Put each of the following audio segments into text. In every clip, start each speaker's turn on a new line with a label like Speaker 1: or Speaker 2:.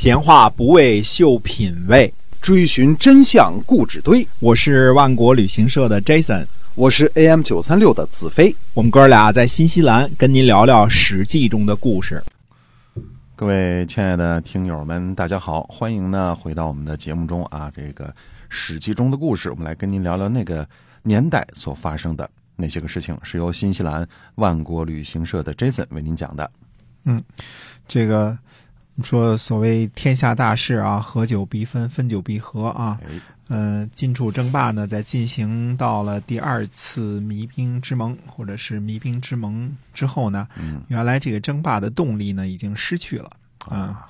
Speaker 1: 闲话不为秀品味，
Speaker 2: 追寻真相固执堆。
Speaker 1: 我是万国旅行社的 Jason，
Speaker 2: 我是 AM 九三六的子飞。
Speaker 1: 我们哥俩在新西兰跟您聊聊《史记》中的故事。
Speaker 3: 各位亲爱的听友们，大家好，欢迎呢回到我们的节目中啊。这个《史记》中的故事，我们来跟您聊聊那个年代所发生的那些个事情，是由新西兰万国旅行社的 Jason 为您讲的。
Speaker 4: 这个嗯说所谓天下大势啊，合久必分，分久必合啊。
Speaker 3: 哎，
Speaker 4: 呃，晋楚争霸呢，在进行到了第二次弭兵之盟或者是弭兵之盟之后呢，
Speaker 3: 嗯
Speaker 4: 原来这个争霸的动力呢已经失去了啊。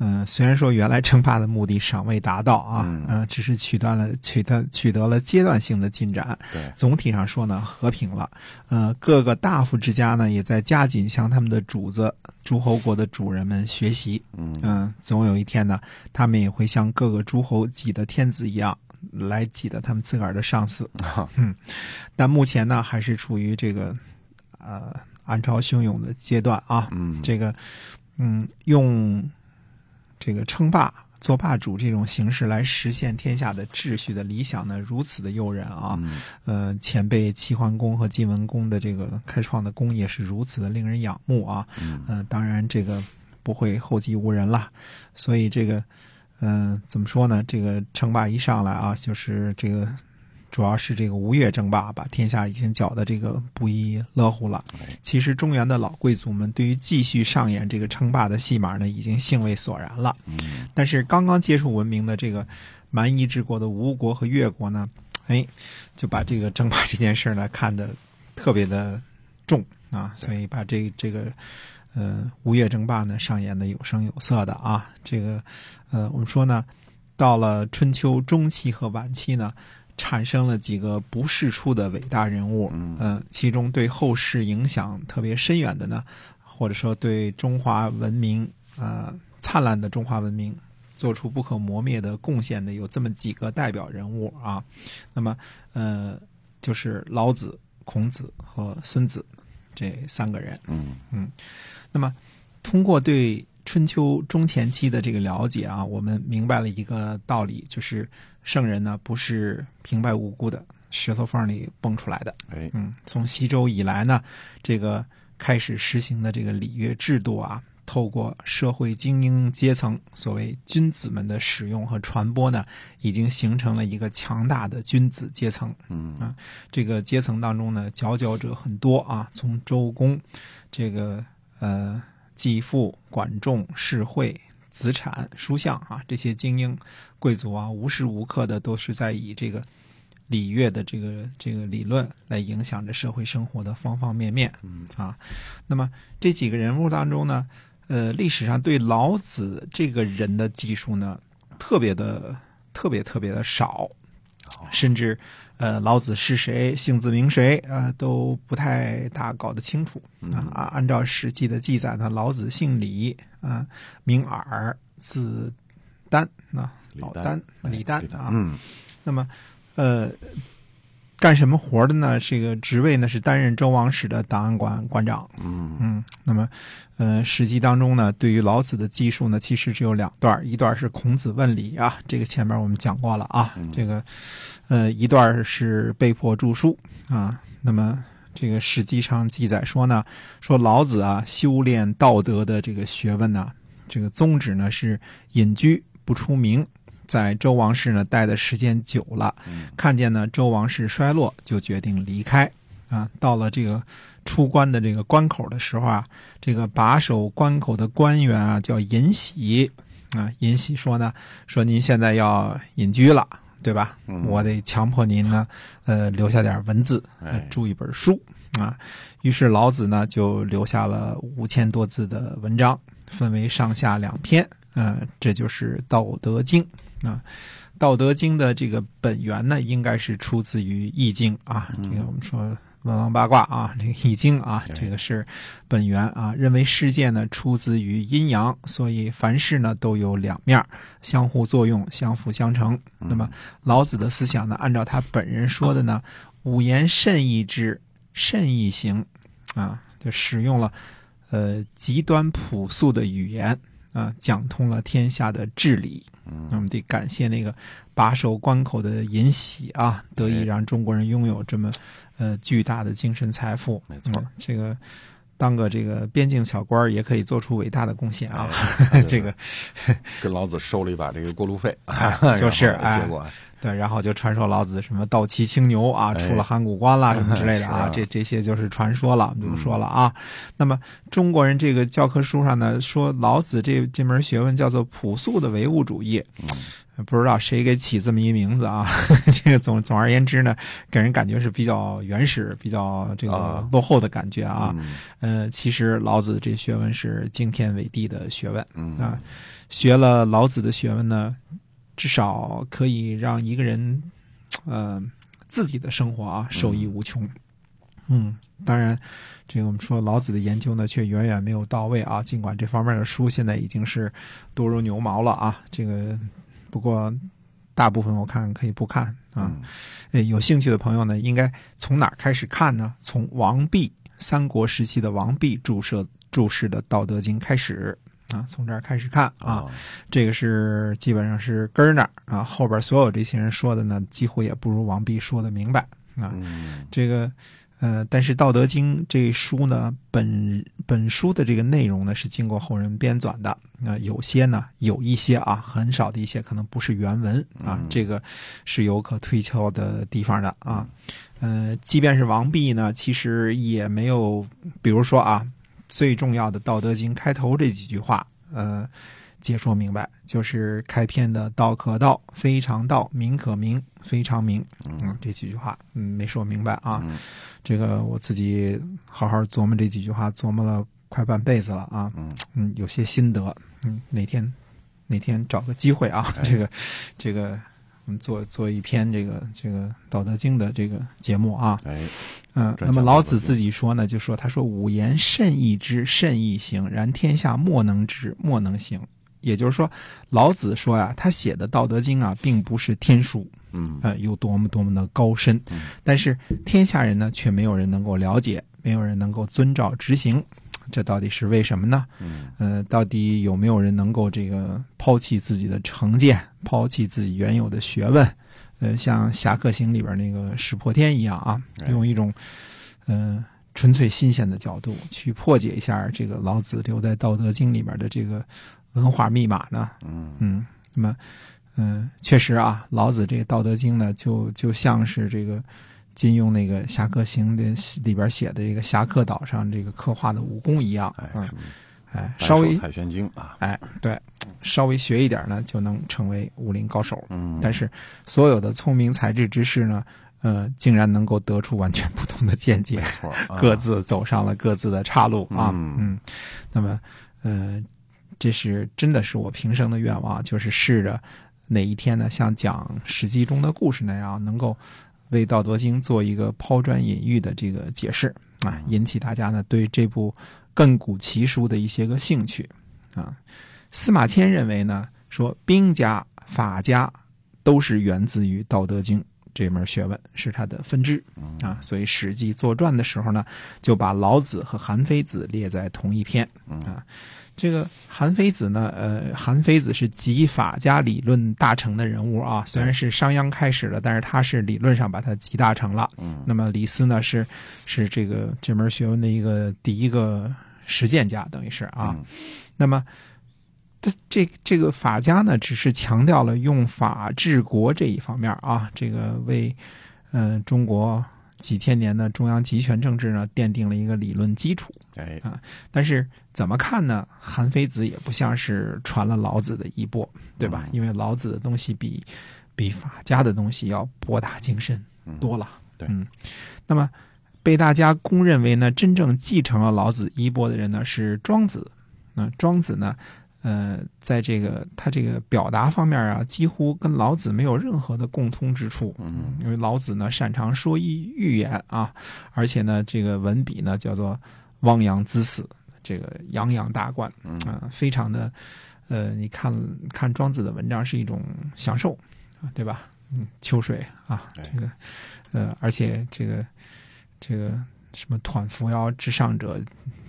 Speaker 4: 嗯、虽然说原来争霸的目的尚未达到啊，
Speaker 3: 嗯
Speaker 4: 呃，只是取得了取得取得了阶段性的进展，
Speaker 3: 对，
Speaker 4: 总体上说呢，和平了。呃，各个大夫之家呢，也在加紧向他们的主子诸侯国的主人们学习。
Speaker 3: 嗯
Speaker 4: 嗯、总有一天呢，他们也会像各个诸侯挤得天子一样，来挤得他们自个儿的上司。嗯，但目前呢，还是处于这个呃暗潮汹涌的阶段啊。
Speaker 3: 嗯，
Speaker 4: 这个，嗯，用这个称霸。做霸主这种形式来实现天下的秩序的理想呢，如此的诱人啊！
Speaker 3: 嗯
Speaker 4: 呃，前辈齐桓公和晋文公的这个开创的功业是如此的令人仰慕啊。
Speaker 3: 嗯
Speaker 4: 呃，当然这个不会后继无人了，所以这个，呃，怎么说呢？这个称霸一上来啊，就是这个。主要是这个吴越争霸，把天下已经搅得这个不亦乐乎了。其实中原的老贵族们对于继续上演这个称霸的戏码呢，已经兴味索然了。
Speaker 3: 嗯
Speaker 4: 但是刚刚接触文明的这个蛮夷之国的吴国和越国呢，哎，就把这个争霸这件事儿呢看得特别的重啊，所以把这这个呃吴越争霸呢上演的有声有色的啊，这个呃我们说呢，到了春秋中期和晚期呢。产生了几个不世出的伟大人物，
Speaker 3: 嗯
Speaker 4: 呃其中对后世影响特别深远的呢，或者说对中华文明，呃，灿烂的中华文明做出不可磨灭的贡献的有这么几个代表人物啊。那么，呃，就是老子、孔子和孙子这三个人。
Speaker 3: 嗯
Speaker 4: 那么，通过对春秋中前期的这个了解啊，我们明白了一个道理，就是圣人呢不是平白无故的石头缝里蹦出来的。
Speaker 3: 哎，
Speaker 4: 嗯，从西周以来呢，这个开始实行的这个礼乐制度啊，透过社会精英阶层所谓君子们的使用和传播呢，已经形成了一个强大的君子阶层。啊
Speaker 3: 嗯
Speaker 4: 这个阶层当中呢，佼佼者很多啊，从周公，这个呃季父、管仲、士会、子产、叔向啊这些精英贵族啊，无时无刻的都是在以这个礼乐的这个这个理论来影响着社会生活的方方面面
Speaker 3: 嗯
Speaker 4: 啊。那么这几个人物当中呢，呃，历史上对老子这个人的记述呢，特别的特别特别的少。
Speaker 3: 哦
Speaker 4: 甚至，呃，老子是谁，姓字名谁，呃，都不太大搞得清楚
Speaker 3: 嗯
Speaker 4: 啊。啊按照《史记》的记载呢，老子姓李，啊、名耳，字丹，那、
Speaker 3: 李
Speaker 4: 老
Speaker 3: 丹
Speaker 4: 丹，李丹啊。
Speaker 3: 嗯
Speaker 4: 那么，呃，干什么活的呢？这个职位呢是担任周王室的档案馆馆长。
Speaker 3: 嗯
Speaker 4: 嗯，那么，呃，《史记》当中呢，对于老子的记述呢，其实只有两段儿，一段儿是孔子问礼啊，这个前面我们讲过了啊，这个，呃，一段儿是被迫著书啊。那么，这个《史记》上记载说呢，说老子啊，修炼道德的这个学问呢、这个宗旨呢是隐居不出名，在周王室呢待的时间久了，看见呢周王室衰落，就决定离开。啊，到了这个出关的这个关口的时候啊，这个把守关口的官员啊叫尹喜啊，尹喜说呢，说您现在要隐居了，对吧？
Speaker 3: 嗯
Speaker 4: 我得强迫您呢，呃，留下点文字，呃
Speaker 3: 哎
Speaker 4: 著一本书啊。于是老子呢就留下了五千多字的文章，分为上下两篇，呃，这就是《道德经》啊。《道德经》的这个本源呢，应该是出自于《易经》啊。这个我们说文王八卦啊，这个《易经》啊，
Speaker 3: 嗯对
Speaker 4: 这个是本源啊。认为世界呢出自于阴阳，所以凡事呢都有两面儿，相互作用，相辅相成。
Speaker 3: 嗯
Speaker 4: 那么老子的思想呢，按照他本人说的呢，五言慎易知，慎易行，啊，就使用了呃极端朴素的语言啊、啊，讲通了天下的治理。那我们得感谢那个把守关口的尹喜啊，得以让中国人拥有这么呃巨大的精神财富。
Speaker 3: 没错
Speaker 4: 嗯这个当个这个边境小官儿也可以做出伟大的贡献啊。
Speaker 3: 哎
Speaker 4: 这个
Speaker 3: 跟老子收了一把这个过路费，
Speaker 4: 哎就是
Speaker 3: 然后
Speaker 4: 哎
Speaker 3: 结果
Speaker 4: 对，然后就传说老子什么倒骑青牛啊，
Speaker 3: 哎
Speaker 4: 出了函谷关啦、什么之类的啊，
Speaker 3: 是啊嗯
Speaker 4: 这这些就是传说了，我们就不说了啊。那么中国人这个教科书上呢，说老子这这门学问叫做朴素的唯物主义，
Speaker 3: 嗯
Speaker 4: 不知道谁给起这么一名字啊。 这个总总而言之呢，给人感觉是比较原始、比较这个
Speaker 3: 啊
Speaker 4: 落后的感觉啊。
Speaker 3: 嗯
Speaker 4: 呃，其实老子这学问是惊天伟地的学问。
Speaker 3: 嗯
Speaker 4: 啊，学了老子的学问呢，至少可以让一个人，呃，自己的生活啊受益无穷。嗯，当然，这个我们说老子的研究呢，却远远没有到位啊。尽管这方面的书现在已经是多如牛毛了啊，这个不过大部分我看可以不看啊。
Speaker 3: 嗯
Speaker 4: 呃，有兴趣的朋友呢，应该从哪儿开始看呢？从王弼三国时期的王弼注释注释的《道德经》开始啊，从这儿开始看啊。
Speaker 3: 啊
Speaker 4: 这个是基本上是根儿那儿啊，后边所有这些人说的呢，几乎也不如王弼说的明白啊。
Speaker 3: 嗯
Speaker 4: 这个呃，但是《道德经》这书呢，本本书的这个内容呢是经过后人编纂的。那、有些呢，有一些啊，很少的一些可能不是原文啊，这个是有可推敲的地方的啊。呃，即便是王弼呢，其实也没有，比如说啊，最重要的《道德经》开头这几句话，呃。解说明白，就是开篇的“道可道，非常道；名可名，非常名。”嗯，这几句话，嗯，没说明白啊。
Speaker 3: 嗯
Speaker 4: 这个我自己好好琢磨这几句话，琢磨了快半辈子了啊。
Speaker 3: 嗯
Speaker 4: 嗯，有些心得。嗯，哪天哪天找个机会
Speaker 3: 哎
Speaker 4: 啊，这个这个，我们做做一篇这个这个《道德经》的这个节目啊。
Speaker 3: 哎，
Speaker 4: 嗯，
Speaker 3: 专
Speaker 4: 那么
Speaker 3: 家
Speaker 4: 老
Speaker 3: 道德
Speaker 4: 子
Speaker 3: 经
Speaker 4: 自己说呢，就说他说五言慎易知，慎易行，然天下莫能知，莫能行。也就是说，老子说呀、他写的《道德经》啊，并不是天书，
Speaker 3: 嗯
Speaker 4: 呃，有多么多么的高深，但是天下人呢，却没有人能够了解，没有人能够遵照执行，这到底是为什么呢？
Speaker 3: 嗯
Speaker 4: 呃，到底有没有人能够这个抛弃自己的成见，抛弃自己原有的学问？呃，像《侠客行》里边那个石破天一样啊，
Speaker 3: 哎
Speaker 4: 用一种呃纯粹新鲜的角度去破解一下这个老子留在《道德经》里面的这个文化密码呢？
Speaker 3: 嗯
Speaker 4: 嗯，那么，嗯，确实啊，老子这个《道德经》呢，就就像是这个金庸那个《侠客行》里里边写的这个侠客岛上这个刻画的武功一样，
Speaker 3: 哎
Speaker 4: 嗯
Speaker 3: 什，么
Speaker 4: 哎，
Speaker 3: 白
Speaker 4: 稍
Speaker 3: 手
Speaker 4: 微
Speaker 3: 太玄经啊，
Speaker 4: 哎，对，稍微学一点呢，就能成为武林高手。
Speaker 3: 嗯，
Speaker 4: 但是，所有的聪明才智之士呢，呃，竟然能够得出完全不同的见解
Speaker 3: 没。错，啊
Speaker 4: 各自走上了各自的岔路啊。
Speaker 3: 嗯
Speaker 4: 那么，呃，这是真的是我平生的愿望，啊就是试着哪一天呢，像讲《史记》中的故事那样，能够为《道德经》做一个抛砖引玉的这个解释啊，引起大家呢对这部亘古奇书的一些个兴趣啊。司马迁认为呢，说兵家、法家都是源自于《道德经》这门学问，是它的分支啊。所以《史记》作传的时候呢，就把老子和韩非子列在同一篇啊。这个韩非子呢，呃，韩非子是集法家理论大成的人物啊。虽然是商鞅开始的，但是他是理论上把它集大成了。那么李斯呢，是是这个这门学问的一个第一个实践家，等于是啊。
Speaker 3: 嗯
Speaker 4: 那么。这这这个法家呢，只是强调了用法治国这一方面啊，这个为呃中国几千年的中央集权政治呢奠定了一个理论基础。
Speaker 3: 哎，
Speaker 4: 但是怎么看呢？韩非子也不像是传了老子的衣钵，对吧？因为老子的东西比比法家的东西要博大精深多了。
Speaker 3: 对
Speaker 4: 嗯，那么被大家公认为呢，真正继承了老子衣钵的人呢是庄子。那、庄子呢，呃，在这个他这个表达方面啊，几乎跟老子没有任何的共通之处。嗯，因为老子呢擅长说一寓言啊，而且呢，这个文笔呢叫做汪洋恣死，这个洋洋大观啊、非常的，呃，你看看庄子的文章是一种享受，啊对吧？嗯，秋水啊，
Speaker 3: 对
Speaker 4: 这个，呃，而且这个这个什么“团扶摇直上者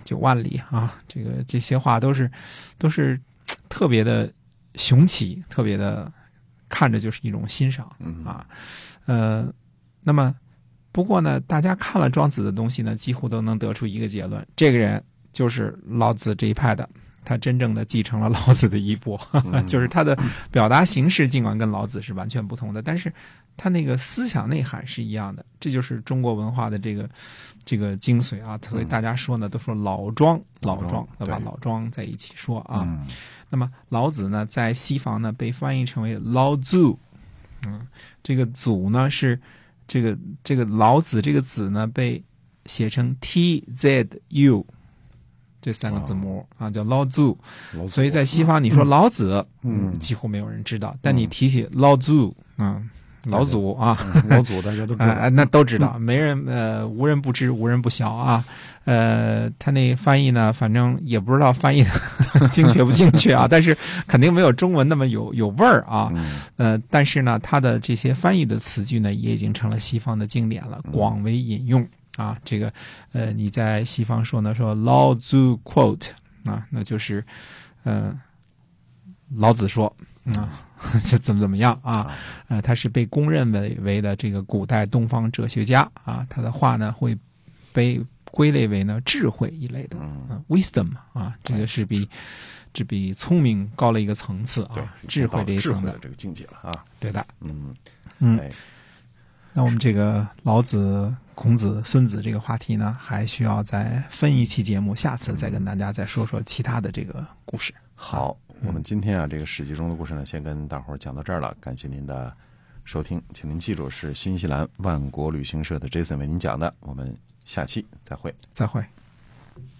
Speaker 4: 九万里”啊，这个这些话都是都是特别的雄奇，特别的看着就是一种欣赏
Speaker 3: 嗯
Speaker 4: 啊。呃，那么不过呢，大家看了庄子的东西呢，几乎都能得出一个结论：这个人就是老子这一派的。他真正的继承了老子的衣钵，
Speaker 3: 嗯
Speaker 4: 就是他的表达形式尽管跟老子是完全不同的，但是他那个思想内涵是一样的。这就是中国文化的这个这个精髓啊！所以大家说呢，都说老庄，老庄，
Speaker 3: 嗯
Speaker 4: 要
Speaker 3: 老庄
Speaker 4: 把
Speaker 3: 对
Speaker 4: 老庄在一起说啊。
Speaker 3: 嗯
Speaker 4: 那么老子呢，在西方呢被翻译成为老祖，嗯，这个祖呢是这个这个老子这个子呢被写成 T Z U 这三个字母、啊，叫老祖。
Speaker 3: 嗯老祖
Speaker 4: 所以在西方，你说老子，
Speaker 3: 嗯
Speaker 4: 几乎没有人知道，但你提起老祖，嗯，老祖啊，
Speaker 3: 嗯老祖大家都知
Speaker 4: 哎、
Speaker 3: 道，
Speaker 4: 哎那都知道，没人呃，无人不知，无人不晓啊。呃，他那翻译呢，反正也不知道翻译的 精确不精 确啊，但是肯定没有中文那么有有味儿啊。
Speaker 3: 嗯
Speaker 4: 呃，但是呢，他的这些翻译的词句呢，也已经成了西方的经典了，
Speaker 3: 嗯
Speaker 4: 广为引用啊。这个呃，你在西方说呢，说老子 quote 啊，那就是呃，老子说啊。就怎么怎么样啊
Speaker 3: 啊？
Speaker 4: 呃，他是被公认为为的这个古代东方哲学家啊，他的话呢会被归类为呢智慧一类的，
Speaker 3: 嗯，哎
Speaker 4: 嗯，wisdom 啊，这个是比这比聪明高了一个层次
Speaker 3: 对
Speaker 4: 啊，，智慧这一
Speaker 3: 智
Speaker 4: 层
Speaker 3: 慧的
Speaker 4: 的，
Speaker 3: 这个境界了啊，
Speaker 4: 对的。
Speaker 3: 嗯
Speaker 4: 嗯
Speaker 3: 哎
Speaker 4: 那我们这个老子、孔子、孙子这个话题呢，还需要再分一期节目，下次再
Speaker 3: 嗯
Speaker 4: 跟大家再说说其他的这个故事。
Speaker 3: 好，我
Speaker 4: 嗯
Speaker 3: 们今天啊这个史记中的故事呢，先跟大伙儿讲到这儿了，感谢您的收听，请您记住是新西兰万国旅行社的 Jason 为您讲的，我们下期再会。
Speaker 4: 再会。